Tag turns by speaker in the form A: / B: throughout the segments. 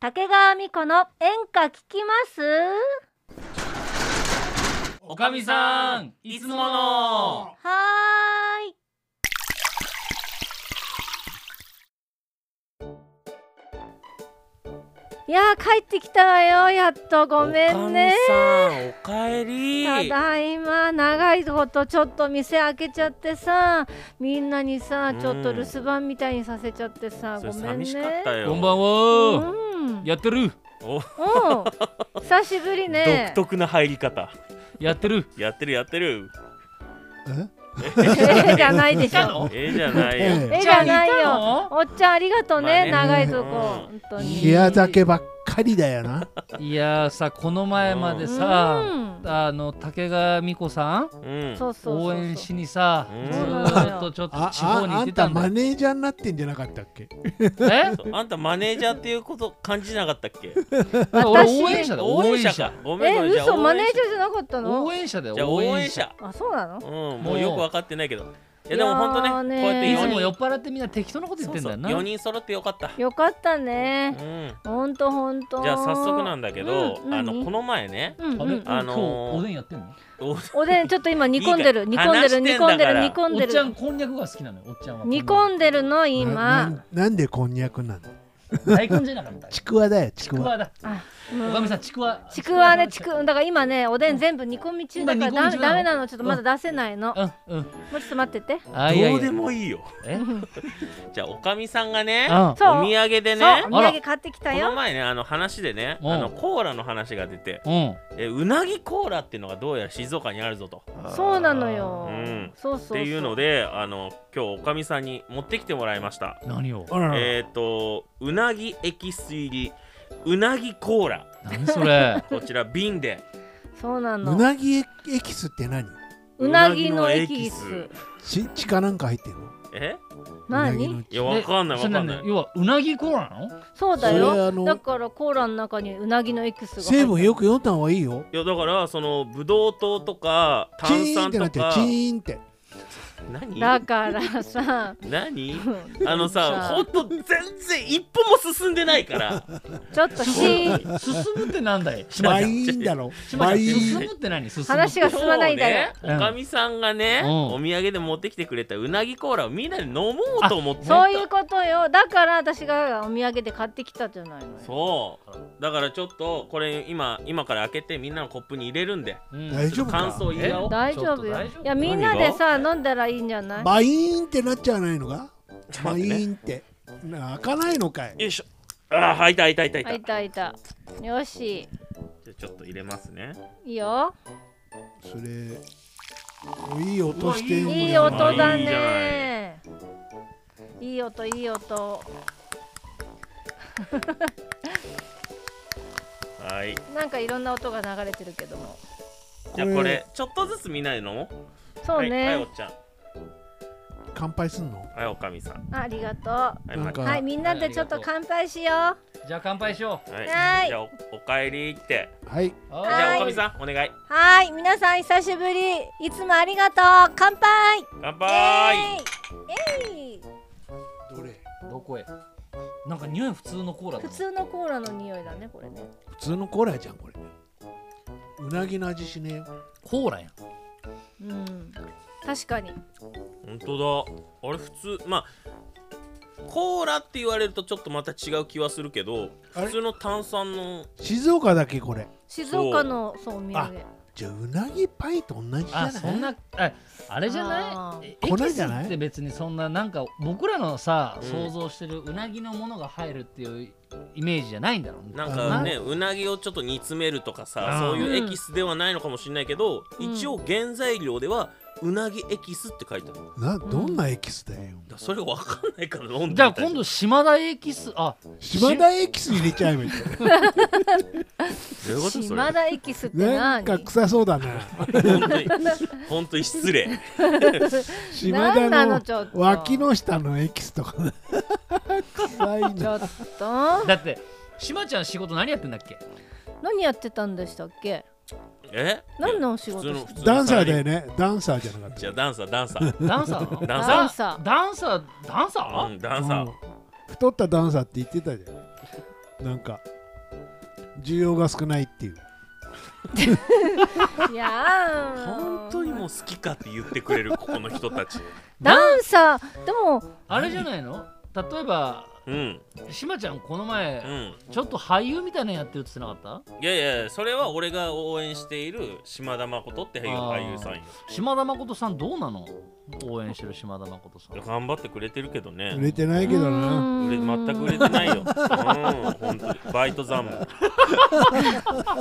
A: 竹川美子の演歌聞きます
B: おかみさんいつもの
A: はーいいやー帰ってきたわよやっとごめんね
B: おかみさんお
A: た
B: かえり
A: だいま長いことちょっと店開けちゃってさみんなにさ
C: うん
A: ちょっと留守番みたいにさせちゃってさ、
C: それ
A: ごめんね
C: 寂しかったよ。
B: こんばんは
A: うん
B: やってる
C: お
A: おう久しぶりね
C: 独特な入り方。
B: やってる
C: やってるやってる。
A: えじゃないでし
B: た
A: ょ
B: の
C: ええじゃないよ。
A: えじゃない
B: じゃ
A: よ
B: あ
A: おっちゃんありがとうね,、
C: まあ
A: 長
C: ね
A: いとこ、
C: うん
A: 本当に
B: いや
D: 宮酒ばっかりだよな。
B: いやーさこの前までさあの竹川美子さん
C: うん。
A: そうそうそうそう
B: 応援しにさ
C: うん
B: ずーっとちょっと
D: あ、
B: 地方
D: あ
B: に行
D: あ
B: って
D: ん
B: た
D: た
B: んだ
D: マ
B: よ
D: ネージャーになってんじゃなかったっけ
B: え
C: そうあんたマネージャーっていうこと感じなかったっけ？
B: 俺
A: 私
B: 応援者だ
C: 応
B: 応
C: 援
B: 援
C: 者か
B: 者。
C: ごめん
A: え
C: ごめん。じゃあ
A: 嘘マネージ
C: 応援者
A: ャーじゃなかったの
B: 応援者だ
C: じゃあ
B: よ
C: 応
B: 応
C: 援
B: 援者
C: 者。
A: あそうなの
C: うん、もうよくわかってないけど。いやでも本
A: いや
C: 当
A: ー
C: ね、
A: ね
C: こうやって
B: い
C: 四
B: つ
C: 人
B: も酔っ払ってみんな適当なこと言っ
C: そ
B: て
C: うんそ
B: だよ
C: う
B: な
C: 四人揃ってよかった。
A: よかった
C: う
A: ね
C: ん。
A: ほんとほんと
C: じゃあ早速なんだけど、
A: うん
C: あの
A: 何
C: この前ね、
A: うん
B: あ
A: う
B: れ
A: ん
C: あのー
B: 今日おでんやってんの
C: お
A: おでんちょっと今煮込んでる
C: いい
A: 煮
C: から
A: 込んでる煮
C: 話してん
A: 込ん
C: だ
A: で
C: か
A: る
C: ら
A: 煮込ん
B: お
A: で
B: っちゃん
A: る
B: こんにゃくが好きなのよおっちゃんは
A: 煮込んでるの
D: な
A: 今
D: ななんでこんにゃくなの
B: 大根じゃなかった
D: ちくわだよ、ち
B: ち
D: く
B: く
D: わ。
B: わだ
A: あ
B: おかみさんちくわ
A: ちくわねちくだから今ねおでん全部煮込み中だから
B: 今煮込
A: ダ
B: み中
A: メ
B: なの
A: ダメなのちょっとまだ出せないのも
B: うんうん
A: うちょっと待ってて
B: あいやい
C: どう
B: や
C: でもいいよ。
B: え
C: じゃあおかみさんがね、
B: あ
C: お
A: そう
C: 土産
A: そ
C: で
A: う
C: ね
A: お、
B: あ
A: 土
B: ら
A: 産買ってきた
C: この
A: よ
C: 前ねあの話でね、
B: うん
C: あのコーラの話が出て、
B: うん
C: えうなぎコーラっていうのがどうやら静岡にあるぞと。
A: そうなのよ
C: うん
A: そうそう
C: っ
A: そ
C: ていうのであの今日おかみさんに持ってきてもらいました
B: 何を
D: あらら
C: えっ、とうなぎエキス入りうなぎコーラ
B: 何それ
C: こちら瓶で
A: そうな
D: う
A: の
D: なぎエキスって何
A: うなぎのエ
C: うなぎのエキ
A: キ
C: ス
A: ス
D: ち血かなんか入ってんの
C: え
D: うなぎの
A: 何
C: いや
B: え
C: わかんない
B: そ
C: わ
B: れ
C: かん
B: 何
C: ない
B: 要はうなぎコーラなの
A: そうだ
D: それあ
A: よ
D: の
A: だからコーラの中にうなぎのエキスが
D: 成分よ
A: く
D: く読んだ方がいいよ。
C: いやだからそのブドウ糖とか
D: チ
C: 炭
D: ーン
C: 酸
D: って
C: と
D: なってる、
C: か
D: チーンって。
C: 何
A: だからさ
C: 何あの
A: さ
C: さ
A: あ
C: ほんと全然一歩も進んでないから
A: ちょっとし
B: 進むってな んだいし
D: ま
B: ま
D: あ
B: ち
D: い
B: ゃん
D: いんだろ。
B: し
D: ま
B: ま
D: あい
B: ちゃん
D: い
B: 進。むって何進むって
A: 話が
C: 今
A: 進
C: 日
A: まないだ
C: ね
A: ろ
B: うん
C: おかみさんがね、
B: うん
C: お土産で持ってきてくれたうなぎコーラをみんなで飲もうと思って
A: そういうことよだから私がお土産で買ってきたじゃないのよ
C: そうだからちょっとこれ今今から開けてみんなのコップに入れるんで
B: うん
D: 大丈夫
C: 感想
D: か
C: 言い合おう
A: 大丈夫よ
B: ちょっと大
A: い
B: 丈夫
A: やみんなでさ飲んだらいいんじゃない
D: バイーンってなっちゃわないのか
C: ちょっと
D: バ
C: 待
D: イ
C: ってね
D: ーンって。な開かないのかい。
C: よいしょあー開いた開いた開いた
A: あいたいたよし
C: じゃあちょっと入れますね
A: いいよ
D: それ、おいい音してんのよ
A: いい音だ
C: いいじゃな
A: ねいい音いい音
C: はい
A: なんかいろんな音が流れてるけども
C: じゃあこれちょっとずつみんなで飲もう
A: そう
C: はい、はい、お
A: ね
C: っちゃん
D: 乾杯すんの
C: はいおかみさん
A: ありがと
C: はい
D: なんか
A: うはいみんなでちょっと乾杯しよ
B: じゃあ乾杯しよ
C: まはい
A: はい
C: じゃあおおかえりって
D: はい。
B: う
C: じゃあ
A: はい
C: おかみさんお願いう
A: はい皆さん久しぶりいつもありがとう乾杯
C: 乾杯
A: えいえい
D: どれ
B: どこへなんか匂い普通のコーラだ
A: 普
B: ね
A: 通のコーラの匂いだねこれね
D: 普通のコーラじゃん、これ。うなぎの味しねえよ。
B: コーラやん
A: うん確かに
C: 本当だあれ普通まあコーラって言われるとちょっとまた違う気はするけど
D: あれ
C: 普通の炭酸の
D: 静岡だけこれ
A: 静岡のそうお土
D: あ
A: 産
D: じゃあうなぎパイと同じじゃな
B: あ
D: い
B: そんなああれじゃ
A: あ
B: な
A: ー
B: いエ
D: これ
B: キ
D: じ
B: ス
D: ゃない
B: って別にそんななんか僕らのさ
C: うん
B: 想像してるうなぎのものが入るっていうイメージじゃないんだろうね
C: なんかねうなぎをちょっと煮詰めるとかさ
B: あー
C: そういうエキスではないのかもしれないけど、
A: うん
C: 一応原材料ではうなぎエキスって書いてあるだか
D: などんなエキスだよ
C: らそれ分かんないから飲んでみ
B: じ
C: た
B: ゃ
C: い
B: あ今度島田エキスあ
D: 島田エキス入れちゃえばいいじゃん
C: どういうことそれ
A: 島田エキスって
D: なん
A: 何
D: か臭そうだな
C: 本当に本当に失礼
D: 島
A: なんな
D: 田
A: の
D: の
A: ちょっと
D: 脇の下のエキス とかな臭い
A: ち
D: な
A: ょっと
B: だって島ちゃん仕事何やってんだっけ
A: 何やってたんでしたっけ
C: え
A: 何のお仕事
C: 普通の普通の
D: ダンサーだよねダンサーじゃなかった
C: じゃあダンサーダンサー、
B: ダンサーなの
C: ダン
A: サー
B: ダンサーダンサー
C: うん、ダンサー
D: うん太ったダンサーって言ってたじゃんなんか需要が少ないっていう
A: いやー
C: 本当にもう好きかって言ってくれるここの人たち
A: ダンサーでも
B: あれじゃないの例えば
C: うん
B: しまちゃんこの
C: う
B: 前
C: ん
B: ちょっと俳優みたいなのやってるって言ってなかっ
C: いやいやいやそれは俺が応援している島田誠っていう俳優さんよ
B: た島田誠さんどうなの応援してる島田誠さん
C: 頑張ってくれてるけどね
D: 売れてないけどな
C: 売れ全く売れてない よ。うん、本当にバイト侍。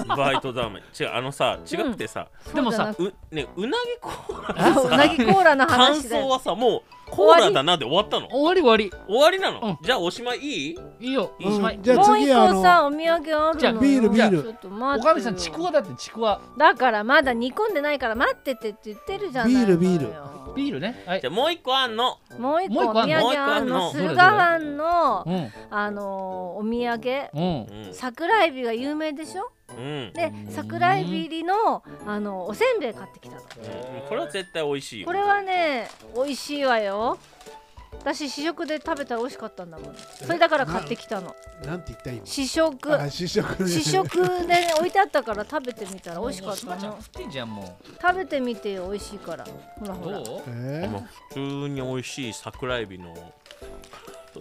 C: バイト侍。違う、あのさ、違くてさ、
B: でもさ
C: うね、うなぎコーラ
A: うなぎコーラの
C: 感
A: 話で
C: 想はさ、もうコーラだなで終わったの。
B: 終わり終わり
C: 終わりなの。
B: うん
C: じゃあおしまいいい
B: いいよ、
D: うん
B: おしまい
D: じゃあ
A: もう
D: 次
A: 一
D: あ
A: 個
D: の
A: さお土産あるのよ
B: じゃあ
D: ビールビール
A: ちょっと
B: お
A: 待って
B: か
A: よ
B: みさんちくわだってちくわ
A: だからまだ煮込んでないから待っててって言ってるじゃないのよ
D: ビールビール
B: ビールねはい
C: じゃあもう一個あんの。
A: もう一個
B: もう一
A: お
B: 個
A: 土
B: あ
A: 産あん
B: んの
C: も
A: の
C: う一
B: 個あんの
A: 駿河湾の
B: う、ん
A: あのーお土産
B: うん
C: うん。
A: 桜エビが有名でしょ
C: うん。
A: で桜エビ入りの、あのおせんべい買ってきたの
C: これは絶対美味しいよ
A: こ。れはね美味しいわよ私試食で食べたら美味しかったんだもんそれだから買ってきたの
D: なんて言った今
A: 試食
D: あ試食ね
A: 試食で、ね、置いてあったから食べてみたら美味しかった
B: 島ちゃん
A: の
B: 食ってんじゃんも
A: 食べてみてよ美味しいからほら
B: う
A: ほら
B: どう
D: え
C: まあ普通に美味しい桜エビの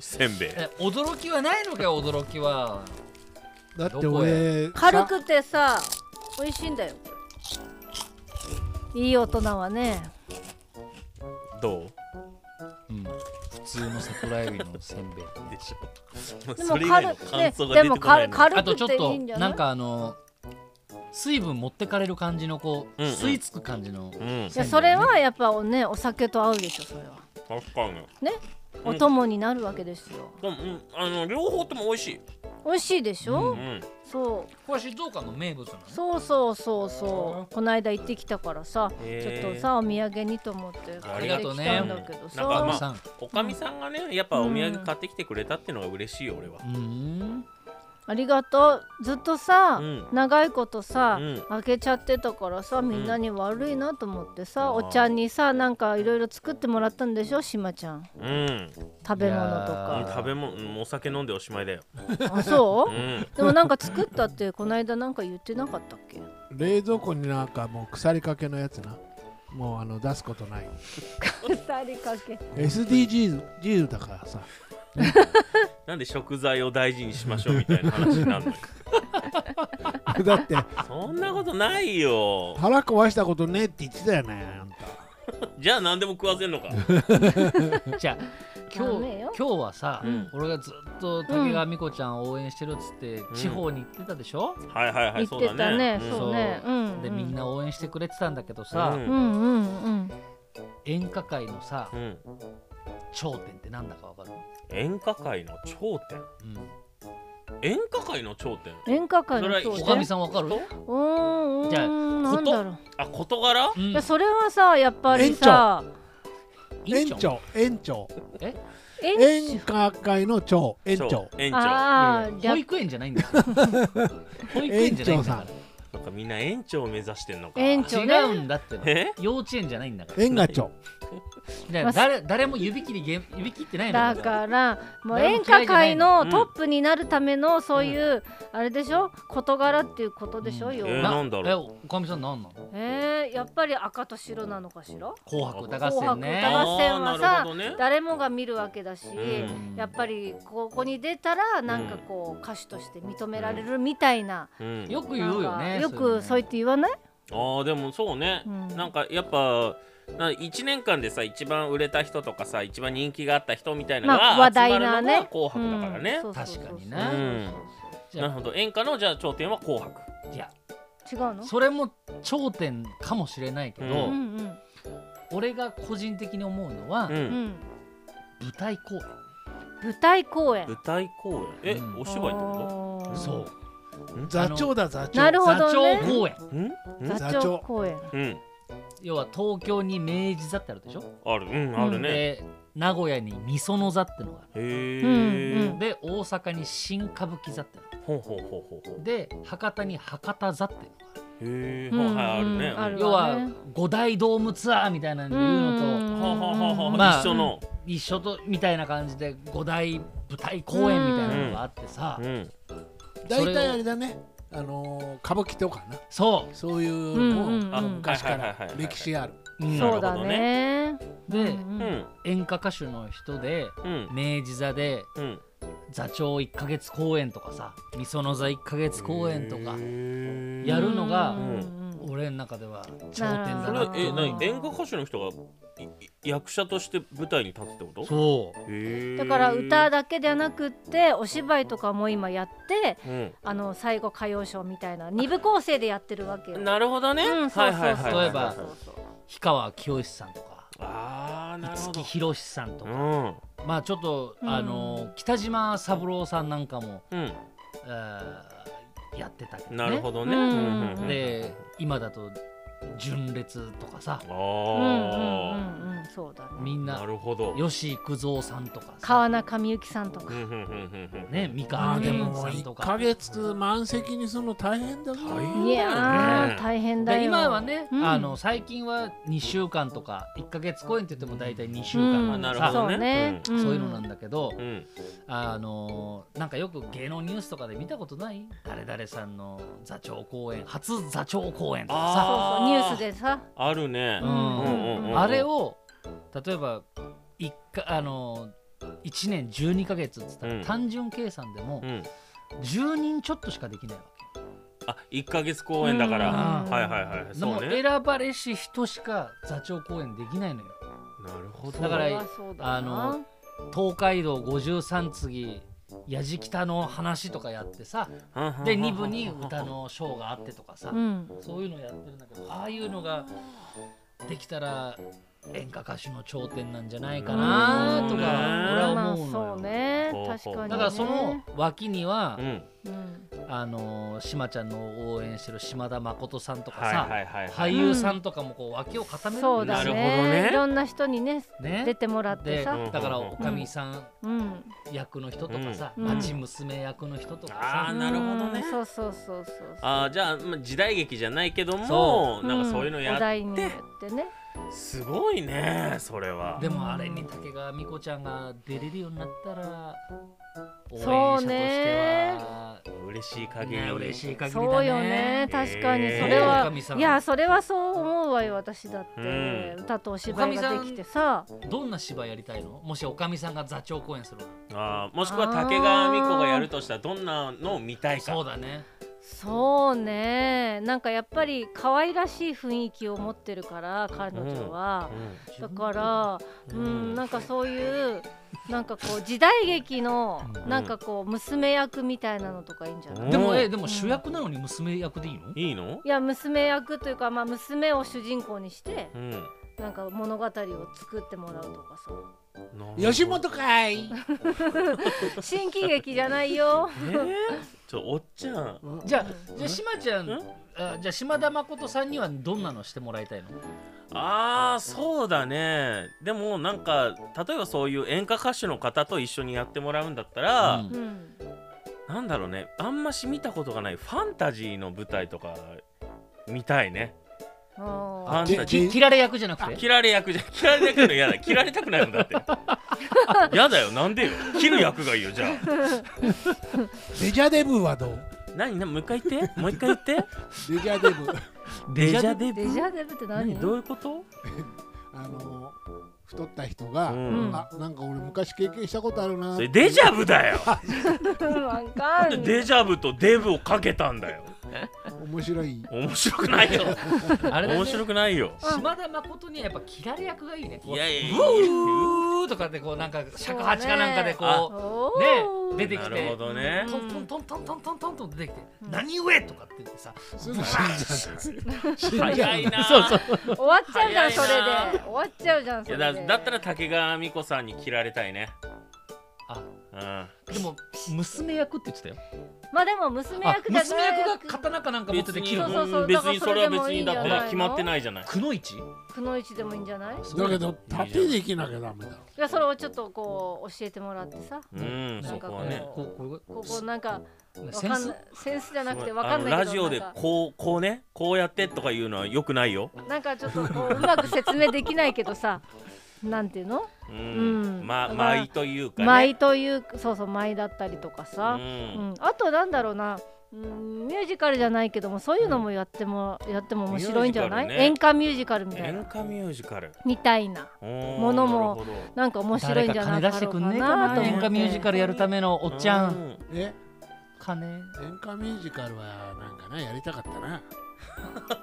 C: せんべい。
B: え驚きはないのかよ驚きは
D: ー、だって俺
A: 軽くてさ美味しいんだよいい大人はね
C: どう
B: うん普通の桜エビのせんべい
C: でしょ。
A: で
C: そ
A: も
C: れ以外の
A: 軽
C: 感想
A: ね
C: が
A: で
C: 出
A: も
C: てこな
A: 軽
C: いの。
A: 軽
B: あとち
A: く
B: ょって
A: い
B: と
A: いんじゃない
B: なんかあの水分持ってかれる感じのこう
C: うんうん
B: 吸い付く感じの
C: うん
A: いやそれはやっぱねお酒と合うでしょそれは
C: 確かに。
A: お供になるわけですよ
C: でも、うん、あの両方とも美味しい。
A: 美味しいでし
B: う
A: ょ、
C: うん。
A: そう
B: これ静岡の名物なの
A: そうそうそうそうこないだ行ってきたからさち
C: へー
A: ょっとさお土産にと思って
C: あ
A: 買
C: り
A: っ
C: が
A: て
B: とう
A: き
B: ね
A: たんだけど
C: なんか
A: さ
C: まあ
B: さん
C: おかみさんがね、やっぱお土産買ってきてくれたっていうのが嬉しいよ、俺は
B: う。ーん
A: ありがとうずっとさ、
C: うん
A: 長いことさ、
C: うん
A: 開けちゃってたからさみんなに悪いなと思ってさ、
C: うん
A: お茶にさなんかいろいろ作ってもらったんでしょしまちゃん
C: うん。
A: 食べ物と
C: う
B: い
C: ん
B: や
A: か
C: 食べ物、うんお酒飲んでおしまいだよ。
A: あそう
C: う、ん。
A: でもなんか作ったってこないだなんか言ってなかったっけ
D: 冷蔵庫になんかもう腐りかけのやつなもうあの出すことない
A: 腐りかけ
D: SDGs だか らさ
C: なんで食材を大事にしましょうみたいな話になる のよ。
D: だって
C: そんなことないよ。
D: 腹壊したことねえって言ってたよねあんた
C: じゃあ何でも食わせんのか。
B: じゃあ今
A: ダメ
B: 日
A: よ
B: 今日はさ、
C: うん
B: 俺がずっと竹川美子ちゃんを応援してるっつって、
C: ん
B: 地方に行ってたでしょ、
C: はいはいはい、
A: 言
C: そ
A: っ
C: う
A: てた
C: だね
A: ね。
C: うん
A: そうね
B: そう
A: うん
B: でみんな応援してくれてたんだけどさ、
C: うん
A: うんうんうん
B: 演歌界のさ
C: うん。
B: 頂点ってなんだかわかる、
C: 演歌界の頂点。演歌界の頂点。
A: 演歌会の
C: そ
A: 頂
C: れ
B: お
C: は
B: か
A: 点
B: みさんわかる、
A: うーんう
B: じゃあ
A: ーんなんだろう
C: あ、事柄
B: う
A: い
B: ん
A: やそれはさやっぱりさ
D: 園長園長
A: 園
D: 演歌界の長園長
C: そう園長。
A: ああ
B: いやいや保育園じゃないんだよ保育園じゃないんだか
C: なんかみんな園長を目指してんのか。
A: 園
B: ら
A: 長
B: 違
A: ね
B: うんだっての
C: え
B: 幼稚園じゃないんだから
D: 園が長
B: だから誰誰も指切りげん指切ってないの
A: だ
B: ら
A: からもう
B: 誰も
A: 演
B: 嫌い
A: 歌
B: じゃない
A: 界
B: の
A: のトップになるためのそういうあれでしょ事柄っていうことでしょ
B: うん
A: よ
C: えーなんだろう
B: えおかみさんなんなの
A: えーやっぱり赤と白なのかしら
B: 紅白歌合
A: 紅
B: 戦
A: 白
B: ね
A: 歌合戦は
C: あーなるほ
A: さ
C: どね
A: 誰もが見るわけだし
C: うん
A: やっぱりここに出たらなんかこう歌手として認められるみたいな
C: うん
B: よく言うよ
A: な
B: ね
A: んかよくそう
B: い
A: 言って言わない
C: ああでもそうね、
A: うん
C: なんかやっぱな1年間でさ一番売れた人とかさ一番人気があった人みたいなの
A: まあ
C: が集ま
A: 話題
C: るの
A: な
C: が
A: ね
C: 紅白だからね、
A: うんそうそうそう
B: 確かに
C: う
B: なうんじ
C: なる
B: ゃ
C: ほど演歌のじゃあ頂点は紅白
B: あいや
A: 違うの
B: それも頂点かもしれないけど、
C: う
A: うんうん
B: 俺が個人的に思うのは、
C: うん、
A: うん
B: 舞台公演
A: 舞台公演
C: 舞台公演え、
B: うん
C: お芝居ってこ
A: あー
B: そう
D: 座長だ座長
A: なるほどね
B: 座長公演
C: とうんうん
A: 座長公演
C: うん
B: 要は東京に明治座ってあるでしょ、
C: あるうんあるね、
B: で名古屋にみその座ってのがあ
C: へえ、
A: うんう
B: る
A: ん
B: で大阪に新歌舞伎座ってのがあ
C: ほうほうほうほうほ
B: るで博多に博多座って
C: う
B: のがある
C: へえ、
A: うん
C: はいあるね、
A: うんある
B: 要
A: わ
B: は
A: ね
B: 五大ドームツアーみたいなのに言うのと
C: はあはあはあはあ、
B: まあ
C: 一緒の、
B: 一緒とみたいな感じで五大舞台公演みたいなのがあってさ、
C: うん
D: 大
B: それ
D: 体
B: を
D: あれだねあのー歌舞伎とかな
B: そ
D: そういう
A: うんうん
D: のを
A: うん
D: 昔か
C: はい
D: ら
C: はいはいはい
D: 歴史ある
B: う、うん
C: な
A: そ
C: るほ
A: う
C: ど
A: だね。
B: で、
C: う
A: うんうん
C: ん
B: 演歌歌手の人で
C: うん
B: 明治座で
C: うん
B: 座長1ヶ月公演とかさみその座1ヶ月公演とかやるの
A: う
B: が
A: んうん
B: 俺の中では頂点だ
C: それ
B: な
C: は
B: って
C: え
B: 思う
C: 何演歌歌手の人がいい役者として舞台に立つってこと
B: そう
A: だから歌
C: だ、
A: だけではなくってお芝居とかも今やって
C: うん、
A: あの最後歌謡ショーみたいな二部構成でやってるわけよ。
C: なるほどね、
A: うん、そうそうそう
B: 例えば
A: そうそうそう
B: 氷川きよしさんとか
C: ああなるほ
B: 五木
C: ど
B: ひろしさんと
C: う
B: か
C: ん
B: まあちょっと
A: うん
B: あの北島三郎さんなんかも
C: うん
B: えーやってたけど
C: なる
B: ね
C: ほどね
A: う
C: うんんうんうん
B: で今だと純烈とかさ
C: あ
A: うんうん
C: あ、
A: うんうんそうだね。
B: みん
C: な
B: な
C: るほど
B: 吉幾三さんとかさ
A: 川中美幸さんと
C: う
A: か
C: ん。うんうんうんうん
B: ね三河
D: あー
B: 安
D: で
B: 右衛門
D: も
B: さん
D: 1
B: と
D: ヶ
B: か
D: 月満席にするの大変だぞ
C: 大変
A: いや
C: ね
A: ー大変だよ。
B: で今はね
A: うん
B: あの最近は2週間とか1ヶ月公演って言っても大体2週間
A: うん
B: と
C: な
B: か
C: る
B: さ
C: ほど
A: そうね
C: ね。
A: ん
B: そういうのなんだけど
C: うん
B: あのーなんかよく芸能ニュースとかで見たことない誰々さんの座長公演初座長公演とか
A: そう
B: さ
A: そうニュースでさ。
C: あるね
B: う、ん
C: うんうんうん
B: あれを例えば一かあのー1年12ヶ月っつった
C: うん
B: ら単純計算でも
C: うん、
B: 10人ちょっとしかできないわけ
C: あ一ヶ月公演だから、
B: うん
C: はいはいはい
B: で
C: そ
B: も
C: うね
B: 選ばれし人しか座長公演できないのよ
C: なるほど
B: だから
A: それはそうだな
B: あの東海道53次やじきたの話とかやってさで2部に歌のショーがあってとかさ
A: うん。
B: そういうのやってるんだけどああいうのができたら演歌歌手の頂点なんじゃないかな
C: う
B: とか
C: ん
B: 俺は思う
A: まあ
B: の
A: そう
B: よ、
A: ね
C: ほうほう
A: 確かにね
B: だからその脇には
C: う、ん
A: うん
B: あのー島ちゃんの応援してる島田誠さんとか
C: はい
B: さ、
C: はいはいはい
B: 俳優さんとかもこう脇を固める
A: そうん
B: だ
A: だ
C: なる
A: ね
C: ほどね
A: いろんな人にね
B: ね
A: 出てもらって
B: で
A: さ、
B: だからおかみさん
A: うん、
B: 役の人とかさ、
A: うん
B: 町娘役の人とか
C: あ
B: さ、
C: なるほどね
A: うんそうそうそうそう
C: あーじゃあまあ時代劇じゃないけども
B: そ
C: なんかそういうの
A: んお
C: や
A: 題によってね
C: すごいねそれは
B: でもあれに竹川美子ちゃんが出れるようになったら応援者と
A: そう
B: して
A: ね
B: は、
C: 嬉しい限り
B: ね、嬉しい限りだね
A: そうよね確かに
C: えー
A: それ
B: お
A: は、
B: 神様
A: いやそれはそう思うわよ私だって、
C: うん
A: 歌とお芝居ができてさ
B: どんな芝居やりたいのもしおかみさんが座長公演するの
C: あーもしくは竹川美子がやるとしたらどんなのを見たいか
B: そうだね
A: そうねなんかやっぱり可愛らしい雰囲気を持ってるから彼女は、だからうん、なんかそういうなんかこう時代劇の
C: うん
A: なんかこう娘役みたいなのとかいいんじゃない、
C: うん
B: でもえでも主役なのに娘役でいいの、
C: いいの
A: いや娘役というか、まあ、娘を主人公にして
C: うんなる
A: なんか物語を作ってもらうとかさ
C: ほど
D: 吉本かい
A: 新喜劇じゃないよ
C: えーちょおっちゃん
B: じゃあじゃあ島ちゃん
C: ん
B: あじゃあ島田誠さんにはどんなのしてもらいたいの
C: あーそうだねでもなんか例えばそういう演歌歌手の方と一緒にやってもらうんだったら、
B: うん
A: うん
C: なんだろうねあんまし見たことがないファンタジーの舞台とか見たいねファ
A: あ
C: ン
D: じ
C: タ
D: ゃ
C: ジー
D: じ
B: 切られ役じゃなくて
C: 切られ役じゃ切られ役の嫌だ切られたくないもん だって嫌だよなんでよ切る役がいいよじゃあ
D: デジャデブはどう
C: 何何もう一回言ってもう一回言って
D: デジャデブ
C: デジャデ
A: ーデ
C: ブ
A: ジャデブって何
C: 何どういうこと
D: あの太った人が、
C: うん
D: あなんか俺昔経験したことあるな
C: それデジャブだよ
A: わかん
C: デジャブとデブをかけたんだよ
D: 面白い
C: 面白くないよ
B: あれだね
C: 面白くないよ
B: 島田誠にはやっぱ切られ役がいいねこう
C: いやいやいや
B: ブーとかでこうなんか尺八かなんかでこ
A: お
B: う
A: ー
B: ね出てき
C: な
B: て
C: るほどね
B: トントントントントントントンと出てきて
A: うん
B: 何故とかって言ってさ
D: すぐ死んじゃう死んじゃう
C: 早いな
B: そうそう
A: 終わっちゃうじゃんそれ
C: 早い
A: で終わっちゃうじゃん
C: い
A: そ
C: や
A: れ
C: だ
A: で
C: だったら竹川美子さんに切られたいね
B: あ
C: うん
B: でも娘役って言ってたよ
A: まあでも娘
B: あ
A: 役じゃ
B: 娘
A: ない
B: 役が刀かなんか持ってて切る
A: そうそう
B: の
C: 別にそれは別に
A: だからそれでも
C: だって
A: いいんじゃないの
C: 決まってないじゃない
B: くのいち
A: くのいちでもいいんじゃない
D: だけど縦で生きなきゃダメだろ
A: いやそれをちょっとこう教えてもらってさ
C: うん
A: な
C: そ
A: んか
C: こ
A: こ
C: は
A: う
C: ね
B: こうこう
A: ここなんか
B: こう
A: わ
B: セ
A: かん
B: ン
A: な
B: ス
A: いセンスじゃなくてわ
C: あ
A: か
C: の
A: んない
C: ラ
A: けど
C: ジオで
A: なんか
C: こうこうねこうやってとかいうのはよくないよ
A: なんかちょっとこううまく説明できないけどさなんていうの
C: うん
A: うん
C: ま
A: だから
C: 舞というかね
A: 舞というそうそう舞だったりとかさ、
C: うん
A: うん、あとなんだろうな、うん、ミュージカルじゃないけどもそういうのもやっても、やっても面白いんじゃない、
C: ミュージカルね
A: 演歌ミュージカルみたい
C: 演
A: な
C: 歌ミュージカル
A: みたいな
C: も
A: ものもなんか面白い
B: 誰
A: ん
B: か
A: じゃな
B: 金
A: いか
B: 出
A: ろ
B: して
A: う
B: く
A: か
B: んねえ
A: な
B: か
A: と思っ
B: な
A: て
B: 演歌ミュージカルやるためのおっちゃん
D: え
B: 金
D: 演歌ミュージカルはなんかなやりたかったな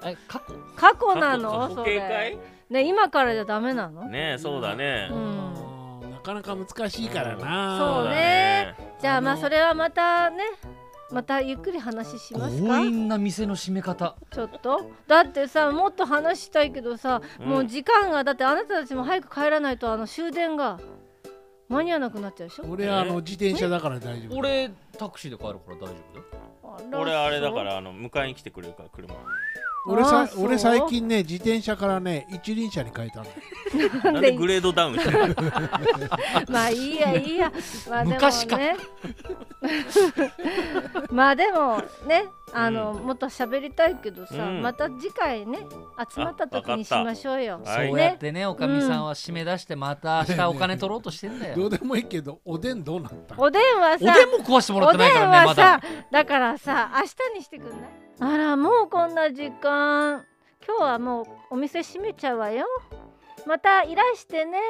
B: え過去
A: 過去なのそ
C: 警戒
A: れね今からじゃダメなの、
C: ねえそうだね
A: うん
D: うんなかなか難しいからな
A: そう
C: だ
A: ねじゃあまあ
D: あの
A: それはまたねまたゆっくり話しますか
B: 強引な店の締め方
A: ちょっとだってさもっと話したいけどさ、
C: うん
A: もう時間がだってあなたたちも早く帰らないとあの終電が間に合わなくなっちゃうでしょ
D: 俺はあの自転車だから大丈夫
B: 俺タクシーで帰るから大丈夫だよ
A: ら
C: 俺あれだからあの迎えに来てくれるから 車
D: 俺さ
A: あそう
D: 俺最近ね自転車からね一輪車に変えたの
C: なんでグレードダウンしてる
A: まあいいやいい や、まあ、でもね
B: 昔か
A: まあでもねあの、もっと喋りたいけどさ、
C: うん
A: また次回ね集まった時にしましょうよ
C: あわかったはい
B: そうやってねおかみさんは締め出してまた明日お金取ろうとしてんだよ
D: どうでもいいけどおでんどうなった
A: おでんはさ
B: おでんも食わしてもらっ
A: お
B: てない
A: で
B: か
A: ん
B: らね
A: は
B: ま
A: さ
B: だ
A: だからさ明日にしてくんないあらもうこんな時間今日はもうお店閉めちゃうわよまたいらしてね